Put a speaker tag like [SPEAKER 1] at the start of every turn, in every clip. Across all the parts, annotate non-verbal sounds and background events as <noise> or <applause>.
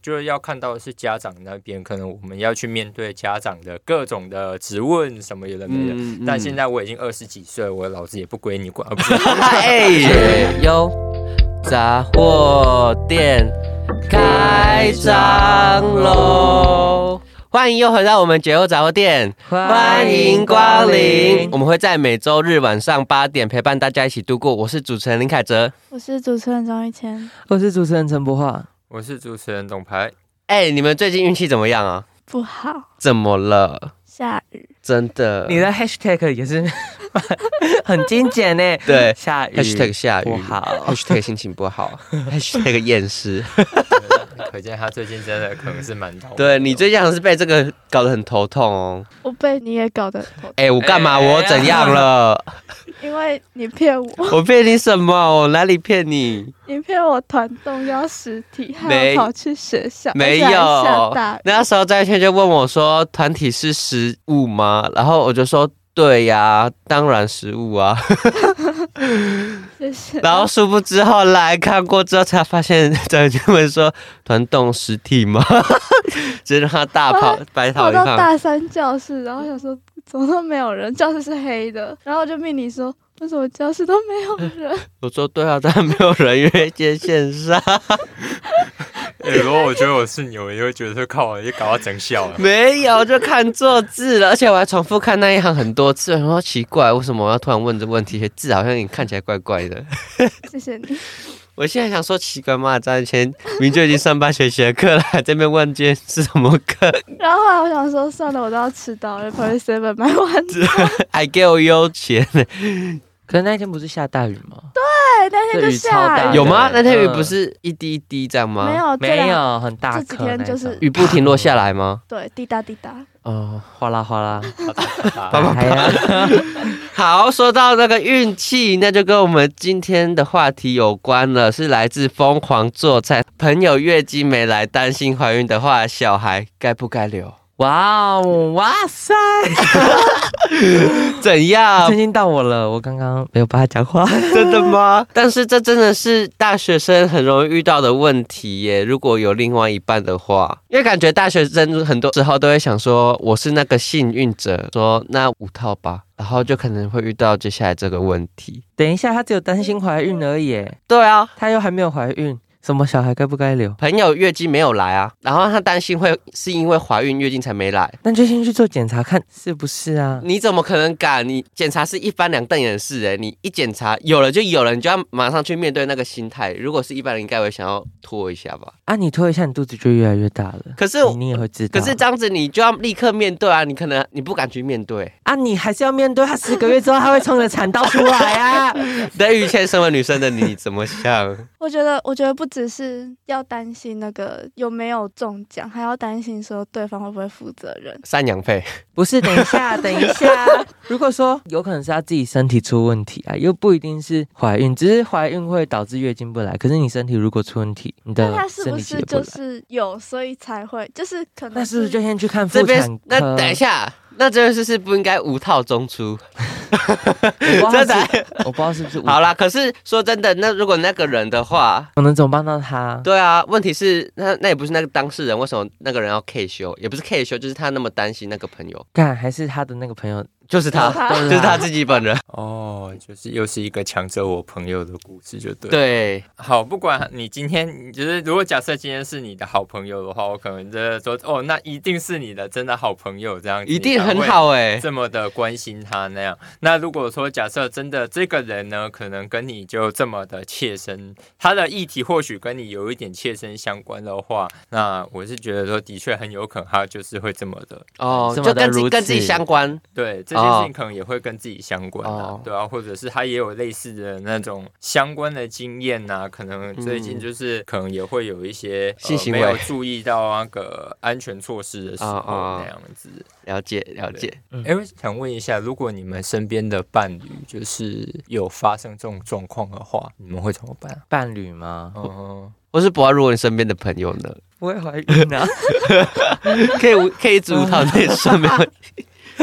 [SPEAKER 1] 就是要看到的是家长那边，可能我们要去面对家长的各种的质问，什么有的没的。
[SPEAKER 2] 嗯
[SPEAKER 1] 但现在我已经二十几岁，我老子也不归你管， <laughs> 啊不是
[SPEAKER 2] 哎呦，杂货店开张喽！欢迎又回到我们解忧杂货店，欢迎光临。我们会在每周日晚上八点陪伴大家一起度过。我是主持人林凯哲。
[SPEAKER 3] 我是主持人张玉谦，
[SPEAKER 4] 我是主持人陈博化，
[SPEAKER 1] 我是主持人董牌，
[SPEAKER 2] 哎、你们最近运气怎么样啊？
[SPEAKER 3] 不好，
[SPEAKER 2] 怎么了？
[SPEAKER 3] 下雨，
[SPEAKER 2] 真的？
[SPEAKER 4] 你的 hashtag <laughs> 也是很精简呢。
[SPEAKER 2] 对
[SPEAKER 4] 下雨
[SPEAKER 2] hashtag 下雨
[SPEAKER 4] 不好，
[SPEAKER 2] ，hashtag 心情不好 <laughs> ，hashtag 厌世。
[SPEAKER 1] 可见他最近真的可能是蛮倒霉的。
[SPEAKER 2] 对你最近好像是被这个搞得很头痛哦。
[SPEAKER 3] 我被你也搞得头，
[SPEAKER 2] 哎、我干嘛？
[SPEAKER 4] 哎哎
[SPEAKER 2] 我怎样了？
[SPEAKER 3] 因为你骗 <laughs> 我，
[SPEAKER 2] 我骗你什么？我哪里骗
[SPEAKER 3] <laughs>
[SPEAKER 2] 你？
[SPEAKER 3] 你骗我团动要实体，还
[SPEAKER 2] 没
[SPEAKER 3] 要跑去学校，
[SPEAKER 2] 没
[SPEAKER 3] 而且还下
[SPEAKER 2] 有
[SPEAKER 3] 大。雨，
[SPEAKER 2] 那时候在圈就问我说：“团体是食物吗？”然后我就说：“对呀、当然食物啊。 <laughs>
[SPEAKER 3] 谢谢”。
[SPEAKER 2] 然后殊不知后来看过之后才发现，张俊文说：“团动实体吗？” <laughs> 直接让他大跑白 <laughs> 跑
[SPEAKER 3] 跑
[SPEAKER 2] 一
[SPEAKER 3] 到
[SPEAKER 2] 趟。
[SPEAKER 3] 大三教室，然后想说怎么都没有人，教室是黑的，然后我就命你说为什么教室都没有
[SPEAKER 2] <laughs>
[SPEAKER 3] 人，
[SPEAKER 2] 我说：“对啊，当然没有人约接线上， <laughs>
[SPEAKER 1] 哎如果我觉得我是你，我就会觉得说靠，我就搞到整笑了。
[SPEAKER 2] 没有就看错字了，而且我还重复看那一行很多次。我想说奇怪，为什么我要突然问这问题？字好像也看起来怪怪的。”
[SPEAKER 3] 谢谢你，
[SPEAKER 2] 我现在想说奇怪嘛，张以前明就已经上班学习的课了，还在那边问今天是什么课， <laughs>
[SPEAKER 3] 然后后来我想说算了，我都要迟到了，跑去 seven 买晚餐，
[SPEAKER 2] 还给我悠闲呢？
[SPEAKER 4] 可是那天不是下大雨吗？
[SPEAKER 3] 那天就
[SPEAKER 4] 这雨超大
[SPEAKER 3] 下
[SPEAKER 4] 的
[SPEAKER 3] 雨，
[SPEAKER 2] 有吗？
[SPEAKER 4] 对
[SPEAKER 2] 那天雨
[SPEAKER 4] 嗯
[SPEAKER 2] 不是一滴一滴这样吗？
[SPEAKER 3] 没，有这
[SPEAKER 4] 没
[SPEAKER 3] 两
[SPEAKER 4] 有，很大
[SPEAKER 3] 这几
[SPEAKER 4] 颗
[SPEAKER 3] 天
[SPEAKER 4] 那
[SPEAKER 3] 就
[SPEAKER 4] 种
[SPEAKER 3] 是
[SPEAKER 2] 雨不停落下来 <laughs> 吗？
[SPEAKER 3] 对滴答滴答，
[SPEAKER 4] 哦，哗啦哗啦，
[SPEAKER 1] 爸爸
[SPEAKER 4] 哎呀，
[SPEAKER 2] 好，说到那个运气，那就跟我们今天的话题有关了，是来自疯狂做菜。朋友月经没来，担心怀孕的话，小孩该不该 <laughs> 留？
[SPEAKER 4] 哇哦，哇 <laughs> 塞，
[SPEAKER 2] 怎样
[SPEAKER 4] 震？惊到我了，我刚刚没有办法讲 <laughs> 话。
[SPEAKER 2] <laughs> 真的吗？但是这真的是大学生很容易遇到的问题耶。如果有另外一半的话，因为感觉大学生很多时候都会想说我是那个幸运者，说那五套吧，然后就可能会遇到接下来这个问题。
[SPEAKER 4] 等一下，她只有担心怀孕而已，
[SPEAKER 2] 对啊，
[SPEAKER 4] 她又还没有怀孕，什么小孩该不该留？
[SPEAKER 2] 朋友月经没有来啊，然后他担心会是因为怀孕月经才没来。
[SPEAKER 4] 那就先去做检查看是不是啊？
[SPEAKER 2] 你怎么可能敢？你检查是一翻两瞪眼的事哎，你一检查有了就有了，你就要马上去面对那个心态。如果是一般人，应该会想要拖一下吧。
[SPEAKER 4] 啊，你拖一下，你肚子就越来越大了。
[SPEAKER 2] 可是
[SPEAKER 4] 你你也会知道，
[SPEAKER 2] 可是这样子你就要立刻面对啊，你可能你不敢去面对。
[SPEAKER 4] 啊，你还是要面对他十个月之后，他会从你的产道出来啊。
[SPEAKER 2] 对于现身为女生的你，你怎么想？
[SPEAKER 3] 我觉得，我觉得不只是要担心那个有没有中奖，还要担心说对方会不会负责任。
[SPEAKER 2] 赡养费，
[SPEAKER 4] <laughs> 不是，等一 <laughs> 下，等一下。如果说有可能是他自己身体出问题啊，又不一定是怀孕，只是怀孕会导致月经不来。可是你身体如果出问题，你
[SPEAKER 3] 那
[SPEAKER 4] 的
[SPEAKER 3] 他是
[SPEAKER 4] 啊生
[SPEAKER 3] 不
[SPEAKER 4] 理期
[SPEAKER 3] 是
[SPEAKER 4] 也不
[SPEAKER 3] 就
[SPEAKER 4] 来。
[SPEAKER 3] 是有，所以才会就是可能
[SPEAKER 4] 那是不是就先去看妇
[SPEAKER 2] 这边
[SPEAKER 4] 产科？
[SPEAKER 2] 那等一，下，那这件事是不应该无套中出。
[SPEAKER 4] 我不知道
[SPEAKER 2] 这才
[SPEAKER 4] 是我不知道是不是
[SPEAKER 2] 好啦，可是说真的，那如果那个人的话，
[SPEAKER 4] 我能怎么帮到他？
[SPEAKER 2] 对啊，问题是那那也不是那个当事人，为什么那个人要 K 休？也不是 K 休，就是他那么担心那个朋友，
[SPEAKER 4] 干还是他的那个朋 <laughs> 友？
[SPEAKER 2] 就是
[SPEAKER 3] 就是他
[SPEAKER 2] 就是他自己本人。
[SPEAKER 1] <laughs> 哦，就是又是一个强者我朋友的故事，就对。，
[SPEAKER 2] 对，
[SPEAKER 1] 好，不管你今天，你就是如果假设今天是你的好朋友的话，我可能真的说，哦，那一定是你的真的好朋友，这样子
[SPEAKER 2] 一定
[SPEAKER 1] 你才
[SPEAKER 2] 很
[SPEAKER 1] 会
[SPEAKER 2] 好哎、
[SPEAKER 1] 这么的关心他那样。那如果说假设真的这个人呢，可能跟你就这么的切身，他的议题或许跟你有一点切身相关的话，那我是觉得说，的确很有可能他就是会这么的。
[SPEAKER 2] 哦，
[SPEAKER 4] 这么
[SPEAKER 2] 就
[SPEAKER 4] 的
[SPEAKER 2] 跟自己
[SPEAKER 4] 如
[SPEAKER 2] 跟自己
[SPEAKER 4] 此
[SPEAKER 2] 相关。
[SPEAKER 1] 对这件事情可能也会跟自己相关啊，
[SPEAKER 2] 哦
[SPEAKER 1] 对啊，或者是他也有类似的那种相关的经验呐、可能最近就是、可能也会有一些、呃
[SPEAKER 2] 嗯性行为
[SPEAKER 1] 没有注意到那个安全措施的时候
[SPEAKER 2] 哦哦
[SPEAKER 1] 那样子。
[SPEAKER 2] 了解了解，
[SPEAKER 1] 哎、我想问一下，如果你们身边的伴侣就是有发生这种状况的话，你们会怎么办？
[SPEAKER 4] 伴侣吗？
[SPEAKER 1] 哦，
[SPEAKER 2] 我是不要如果你身边的朋友呢，
[SPEAKER 4] 不会怀孕啊。
[SPEAKER 2] 可以无可以组套内双没有 <laughs> 问题。
[SPEAKER 4] <laughs>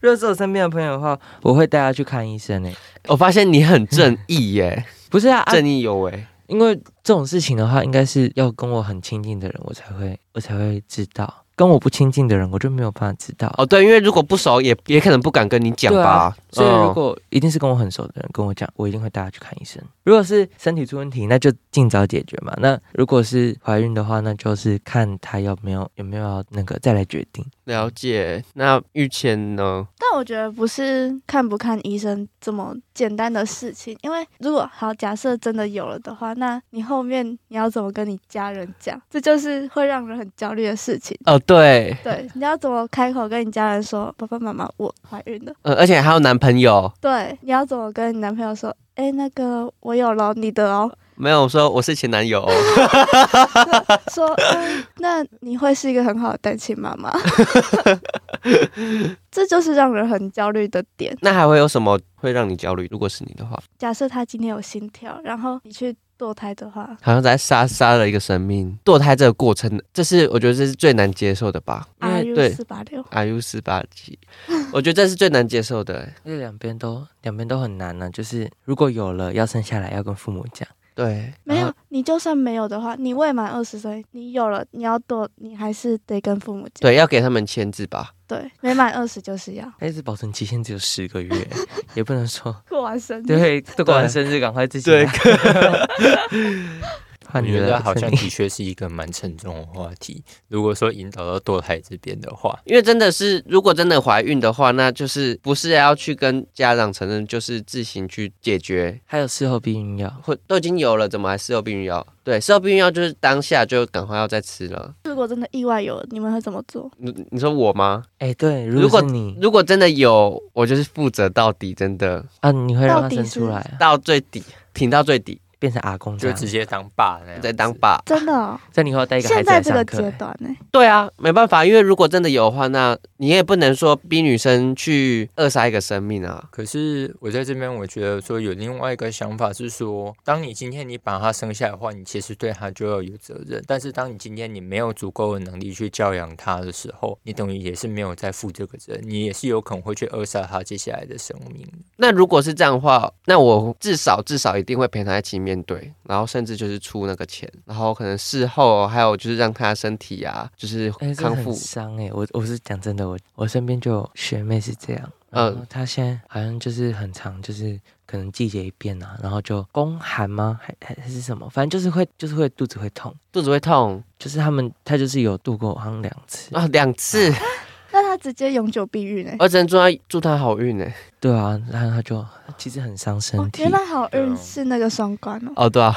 [SPEAKER 4] 如果是我身边的朋友的话，我会带他去看医生诶、欸
[SPEAKER 2] 我发现你很正义耶，
[SPEAKER 4] 不是啊，啊
[SPEAKER 2] 正义有为。
[SPEAKER 4] 因为这种事情的话，应该是要跟我很亲近的人，我才会我才会知道。跟我不亲近的人，我就没有办法知道。
[SPEAKER 2] 哦，对，因为如果不熟，也也可能不敢跟你讲
[SPEAKER 4] 对
[SPEAKER 2] 吧
[SPEAKER 4] 啊。所以如
[SPEAKER 2] 嗯
[SPEAKER 4] 果一定是跟我很熟的人跟我讲，我一定会带他去看医生。如果是身体出问题，那就尽早解决嘛。那如果是怀孕的话，那就是看他有没有有没有要那个再来决定。
[SPEAKER 2] 了解，那玉谦呢？
[SPEAKER 3] 但我觉得不是看不看医生这么简单的事情，因为如果好假设真的有了的话，那你后面你要怎么跟你家人讲？这就是会让人很焦虑的事情。
[SPEAKER 2] 哦，对，
[SPEAKER 3] 对，你要怎么开口跟你家人说爸爸妈妈我怀孕了？
[SPEAKER 2] 呃，而且还有男朋友，
[SPEAKER 3] 对，你要怎么跟你男朋友说？哎，那个我有了你的哦，
[SPEAKER 2] 没有说我是前男友 <laughs> 哦，
[SPEAKER 3] 说、嗯，那你会是一个很好的单亲妈妈， <laughs> 这就是让人很焦虑的点。
[SPEAKER 2] 那还会有什么会让你焦虑？如果是你的话，
[SPEAKER 3] 假设他今天有心跳，然后你去堕胎的话，
[SPEAKER 2] 好像在杀杀了一个生命，堕胎这个过程，这是我觉得这是最难接受的吧，因
[SPEAKER 3] 啊
[SPEAKER 2] 为
[SPEAKER 3] u
[SPEAKER 2] 对
[SPEAKER 3] 四八六，
[SPEAKER 2] ，IU 四八七，我觉得这是最难接受的，
[SPEAKER 4] 因为两边都两边都很难呢、就是如果有了要生下来，要跟父母讲。
[SPEAKER 2] 对，
[SPEAKER 3] 没
[SPEAKER 2] 然
[SPEAKER 3] 有
[SPEAKER 2] 后，
[SPEAKER 3] 你就算没有的话，你未满二十岁，你有了，你要堕，你还是得跟父母讲。
[SPEAKER 2] 对，要给他们签字吧，
[SPEAKER 3] 对，没满二十就是要
[SPEAKER 4] 但是哎保存期限只有十个月， <laughs> 也不能说
[SPEAKER 3] 过完生日。
[SPEAKER 4] <laughs> 对，都过完生日赶快自己
[SPEAKER 2] 对
[SPEAKER 4] 来。
[SPEAKER 1] 我
[SPEAKER 4] 换你
[SPEAKER 1] 觉得
[SPEAKER 4] 了，
[SPEAKER 1] 好像
[SPEAKER 4] 森林
[SPEAKER 1] 的确是一个蛮沉重的话题。如果说引导到堕胎这边的话，
[SPEAKER 2] 因为真的是，如果真的怀孕的话，那就是不是要去跟家长承认，就是自行去解决，
[SPEAKER 4] 还有事后避孕药。
[SPEAKER 2] 或都已经有了，怎么还事后避孕药？对，事后避孕药就是当下就赶快要再吃了。
[SPEAKER 3] 如果真的意外有了，你们会怎么做？
[SPEAKER 2] 你你说我吗？
[SPEAKER 4] 哎，对，
[SPEAKER 2] 如
[SPEAKER 4] 如
[SPEAKER 2] 果
[SPEAKER 4] 果是你
[SPEAKER 2] 如果真的有，我就是负责到底，真的
[SPEAKER 4] 啊，你会让
[SPEAKER 3] 到
[SPEAKER 4] 他
[SPEAKER 3] 底
[SPEAKER 4] 生
[SPEAKER 3] 是
[SPEAKER 4] 出来啊，
[SPEAKER 2] 到最底，挺到最底，
[SPEAKER 4] 变成阿公这
[SPEAKER 1] 就
[SPEAKER 4] 样
[SPEAKER 1] 直。接当爸那样子，
[SPEAKER 2] 再当爸。
[SPEAKER 3] 真的、哦，
[SPEAKER 4] 在你以后要带一个孩
[SPEAKER 3] 现
[SPEAKER 4] 子来
[SPEAKER 3] 在这个
[SPEAKER 4] 上课
[SPEAKER 3] 阶
[SPEAKER 4] 欸。
[SPEAKER 3] 段呢、
[SPEAKER 2] 对啊，没办法，因为如果真的有的话，那你也不能说逼女生去扼杀一个生命啊。
[SPEAKER 1] 可是我在这边，我觉得说有另外一个想法是说，当你今天你把他生下来的话，你其实对他就要有责任。但是当你今天你没有足够的能力去教养他的时候，你等于也是没有在负这个责任，你也是有可能会去扼杀他接下来的生命。
[SPEAKER 2] 那如果是这样的话，那我至少至少一定会陪他一起面对，然后甚至就是出那个钱，然后可能事后还有就是让他身体啊，就是
[SPEAKER 4] 哎，这
[SPEAKER 2] 康
[SPEAKER 4] 很
[SPEAKER 2] 复。
[SPEAKER 4] 伤哎！我我是讲真的，我我身边就有学妹是这样，
[SPEAKER 2] 嗯
[SPEAKER 4] 嗯，她现在好像就是很长，就是可能季节一变啊，然后就宫寒吗？还还还是什么？反正就是会就是会肚子会痛，
[SPEAKER 2] 肚子会痛
[SPEAKER 4] 就是他们她就是有度过好像两次，
[SPEAKER 2] 啊，两次，
[SPEAKER 3] 那他直接永久避孕呢、
[SPEAKER 2] 我只能祝他祝他好运呢。
[SPEAKER 4] 对啊，然后她就其实很伤
[SPEAKER 3] 哦
[SPEAKER 4] 身，体
[SPEAKER 3] 原。来好
[SPEAKER 1] 对
[SPEAKER 3] 运
[SPEAKER 1] 啊
[SPEAKER 3] 是那个双关哦。
[SPEAKER 2] 哦，对啊，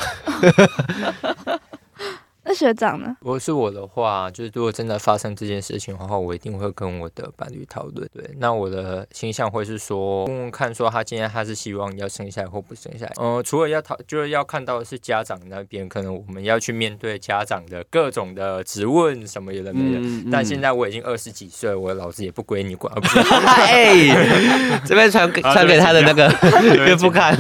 [SPEAKER 3] 那学长呢？
[SPEAKER 1] 如果是我的话，就是如果真的发生这件事情的话，我一定会跟我的伴侣讨论。对，那我的倾向会是说，问问看，说他今天他是希望要生下来或不生下来。嗯、除了要讨，就是要看到的是家长那边，可能我们要去面对家长的各种的质问，什么有的没的。
[SPEAKER 2] 嗯，
[SPEAKER 1] 但现在我已经二十几岁，我老子也不归你管，啊、不是
[SPEAKER 2] 哎，这边传给
[SPEAKER 1] 啊
[SPEAKER 2] 传给他的那个 <laughs> 也不看，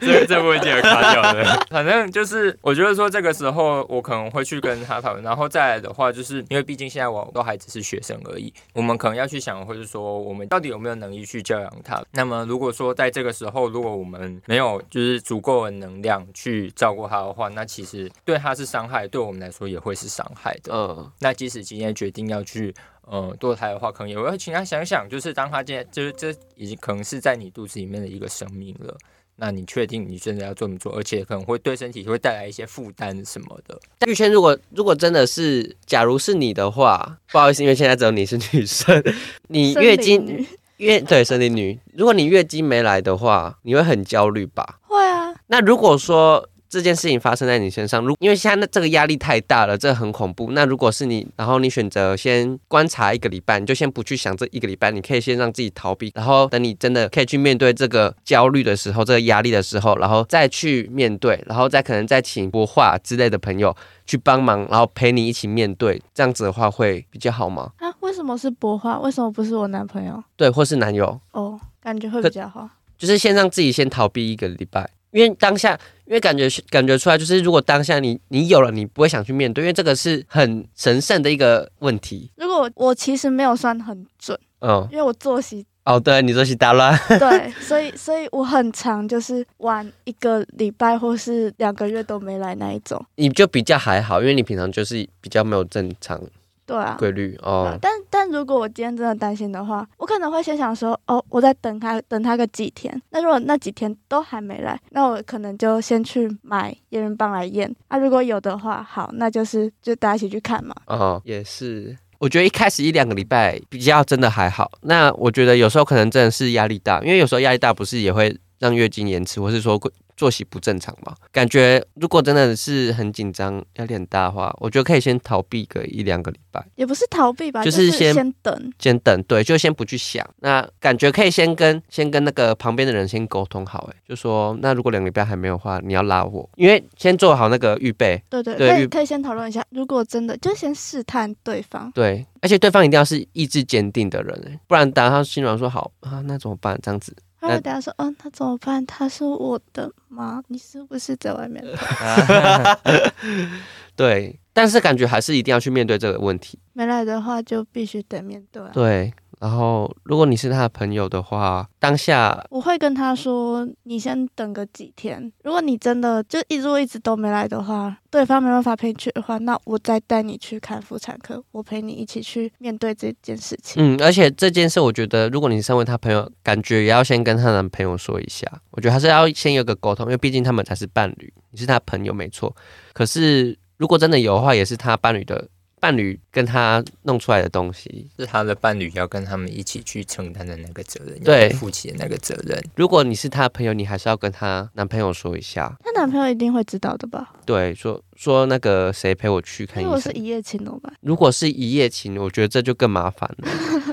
[SPEAKER 1] 这这部分记得卡掉的。
[SPEAKER 2] <laughs>
[SPEAKER 1] 反正就是，我觉得说这个时候我可能会去跟他讨论，然后再来的话，就是因为毕竟现在我都还只是学生而已，我们可能要去想，或者说我们到底有没有能力去教养他。那么如果说在这个时候，如果我们没有就是足够的能量去照顾他的话，那其实对他是伤害，对我们来说也会是伤害的。
[SPEAKER 2] 嗯，
[SPEAKER 1] 那即使今天决定要去呃堕胎的话，可能也会请他想想，就是当他今天就是这已经可能是在你肚子里面的一个生命了，那你确定你真的要这么做，而且可能会对身体会带来一些负担什么的。
[SPEAKER 2] 玉轩，如果如果真的是，假如是你的话，不好意思，因为现在只有你是女生，你
[SPEAKER 3] 森
[SPEAKER 2] 月
[SPEAKER 3] 林
[SPEAKER 2] 经
[SPEAKER 3] 女
[SPEAKER 2] 月对生理女，如果你月经没来的话，你会很焦虑吧？
[SPEAKER 3] 会啊，
[SPEAKER 2] 那如果说这件事情发生在你身上，如因为现在那这个压力太大了，这很恐怖。那如果是你，然后你选择先观察一个礼拜，你就先不去想这一个礼拜，你可以先让自己逃避，然后等你真的可以去面对这个焦虑的时候，这个压力的时候，然后再去面对，然后再可能再请博化之类的朋友去帮忙，然后陪你一起面对，这样子的话会比较好吗？
[SPEAKER 3] 啊，为什么是博化？为什么不是我男朋友？
[SPEAKER 2] 对，或是男友，
[SPEAKER 3] 哦，感觉会
[SPEAKER 2] 可
[SPEAKER 3] 比较好。
[SPEAKER 2] 就是先让自己先逃避一个礼拜，因为当下，因为感觉是感觉出来，就是如果当下你你有了，你不会想去面对，因为这个是很神圣的一个问题。
[SPEAKER 3] 如果我我其实没有算很准，
[SPEAKER 2] 嗯， <laughs>
[SPEAKER 3] 因为我作息
[SPEAKER 2] 哦，对，你作息打乱，
[SPEAKER 3] 对，所以所以我很常就是玩一个礼拜或是两个月都没来那一种，
[SPEAKER 2] <laughs> 你就比较还好，因为你平常就是比较没有正常
[SPEAKER 3] 对啊。
[SPEAKER 2] 规律
[SPEAKER 3] 对啊
[SPEAKER 2] 哦。
[SPEAKER 3] 但但如果我今天真的担心的话，我可能会先想说，哦，我再等他等他个几天。那如果那几天都还没来，那我可能就先去买验孕棒来验。啊，如果有的话，好，那就是就大家一起去看嘛。
[SPEAKER 2] 哦，也是。我觉得一开始一两个礼拜比较真的还好。那我觉得有时候可能真的是压力大，因为有时候压力大不是也会让月经延迟，或是说作息不正常嘛。感觉如果真的是很紧张、压力很大的话，我觉得可以先逃避个一两个礼拜。
[SPEAKER 3] 也不是逃避吧，
[SPEAKER 2] 就
[SPEAKER 3] 就是是
[SPEAKER 2] 先
[SPEAKER 3] 先等。
[SPEAKER 2] 先等，对，就先不去想。那感觉可以先跟先跟那个旁边的人先沟通好，哎，就说那如果两个礼拜还没有的话，你要拉我，因为先做好那个预备，
[SPEAKER 3] 对对，
[SPEAKER 2] 对
[SPEAKER 3] 可以
[SPEAKER 2] 预
[SPEAKER 3] 可以先讨论一下。如果真的，就先试探对方。
[SPEAKER 2] 对，而且对方一定要是意志坚定的人，哎不然等下他心软说好啊，那怎么办？这样子， <laughs>
[SPEAKER 3] 他会等下说，嗯、那怎么办？他是我的吗？你是不是在外面？ <laughs>
[SPEAKER 2] 对，但是感觉还是一定要去面对这个问题，
[SPEAKER 3] 没来的话就必须得面对啊、
[SPEAKER 2] 对。然后，如果你是他的朋友的话，当下
[SPEAKER 3] 我会跟他说，你先等个几天。如果你真的就一如果一直都没来的话，对方没办法陪你去的话，那我再带你去看妇产科，我陪你一起去面对这件事情。
[SPEAKER 2] 嗯，而且这件事，我觉得如果你身为她朋友，感觉也要先跟她男朋友说一下。我觉得还是要先有个沟通，因为毕竟他们才是伴侣，你是她朋友没错。可是如果真的有的话，也是她伴侣的伴侣跟她弄出来的东西。
[SPEAKER 1] 是他的伴侣要跟他们一起去承担的那个责任，
[SPEAKER 2] 对
[SPEAKER 1] 要负起的那个责任。
[SPEAKER 2] 如果你是她朋友，你还是要跟她男朋友说一下，
[SPEAKER 3] 她男朋友一定会知道的吧？
[SPEAKER 2] 对，说说那个谁陪我去看
[SPEAKER 3] 如
[SPEAKER 2] 医
[SPEAKER 3] 果是
[SPEAKER 2] 生。
[SPEAKER 3] 一夜情怎么办？
[SPEAKER 2] 如果是一夜情，我觉得这就更麻烦了。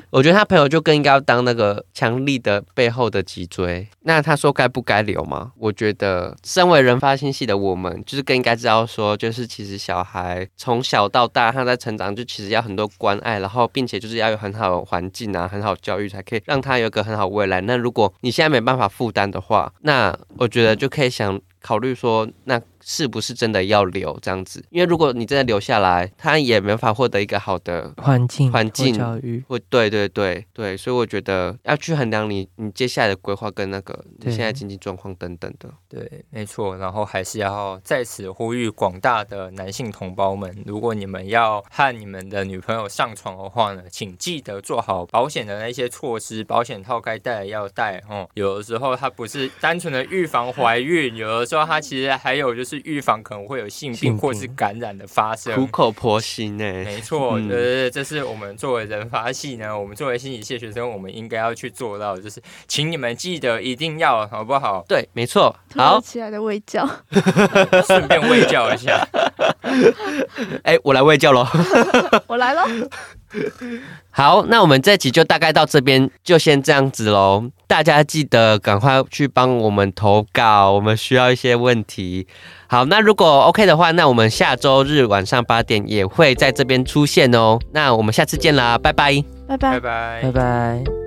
[SPEAKER 2] 我觉得她朋友就更应该要当那个强力的背后的脊椎。那她说该不该留吗？我觉得身为人发心系的我们，就是更应该知道说，就是其实小孩从小到大他在成长，就其实要很多关爱，然后并且就是要有很好的环境啊，很好教育，才可以让他有一个很好未来。那如果你现在没办法负担的话，那我觉得就可以想考虑说，那是不是真的要留这样子？因为如果你真的留下来，他也没法获得一个好的。
[SPEAKER 4] 环境、
[SPEAKER 2] 环境
[SPEAKER 4] 或教育，
[SPEAKER 2] 或对对对对，所以我觉得要去衡量你你接下来的规划跟那个你
[SPEAKER 4] 对
[SPEAKER 2] 现在经济状况等等的。
[SPEAKER 1] 对，没错。然后还是要在此呼吁广大的男性同胞们，如果你们要和你们的女朋友上床的话呢，请记得做好保险的那些措施，保险套该戴的要戴哦。有的时候它不是单纯的预防怀孕，有的时候它其实还有就是预防可能会有性
[SPEAKER 4] 性
[SPEAKER 1] 病
[SPEAKER 4] 病
[SPEAKER 1] 或是感染的发生。
[SPEAKER 2] 苦口婆心呢、
[SPEAKER 1] 啊没错，
[SPEAKER 2] 嗯
[SPEAKER 1] 对对对，这是我们作为人发系呢，我们作为心理系学生，我们应该要去做到的，就是请你们记得一定要好不好？
[SPEAKER 2] 对，没错。
[SPEAKER 3] 突如
[SPEAKER 2] 好，
[SPEAKER 3] 其来的喂教，
[SPEAKER 1] 顺便喂教一下。
[SPEAKER 2] 哎、我来喂教喽。
[SPEAKER 3] <laughs> 我来喽。
[SPEAKER 2] <laughs> 好，那我们这集就大概到这边，就先这样子喽。大家记得赶快去帮我们投稿，我们需要一些问题。好，那如果 OK 的话，那我们下周日晚上八点也会在这边出现哦。那我们下次见啦，拜拜。
[SPEAKER 3] 拜拜
[SPEAKER 1] 拜。拜
[SPEAKER 4] 拜拜。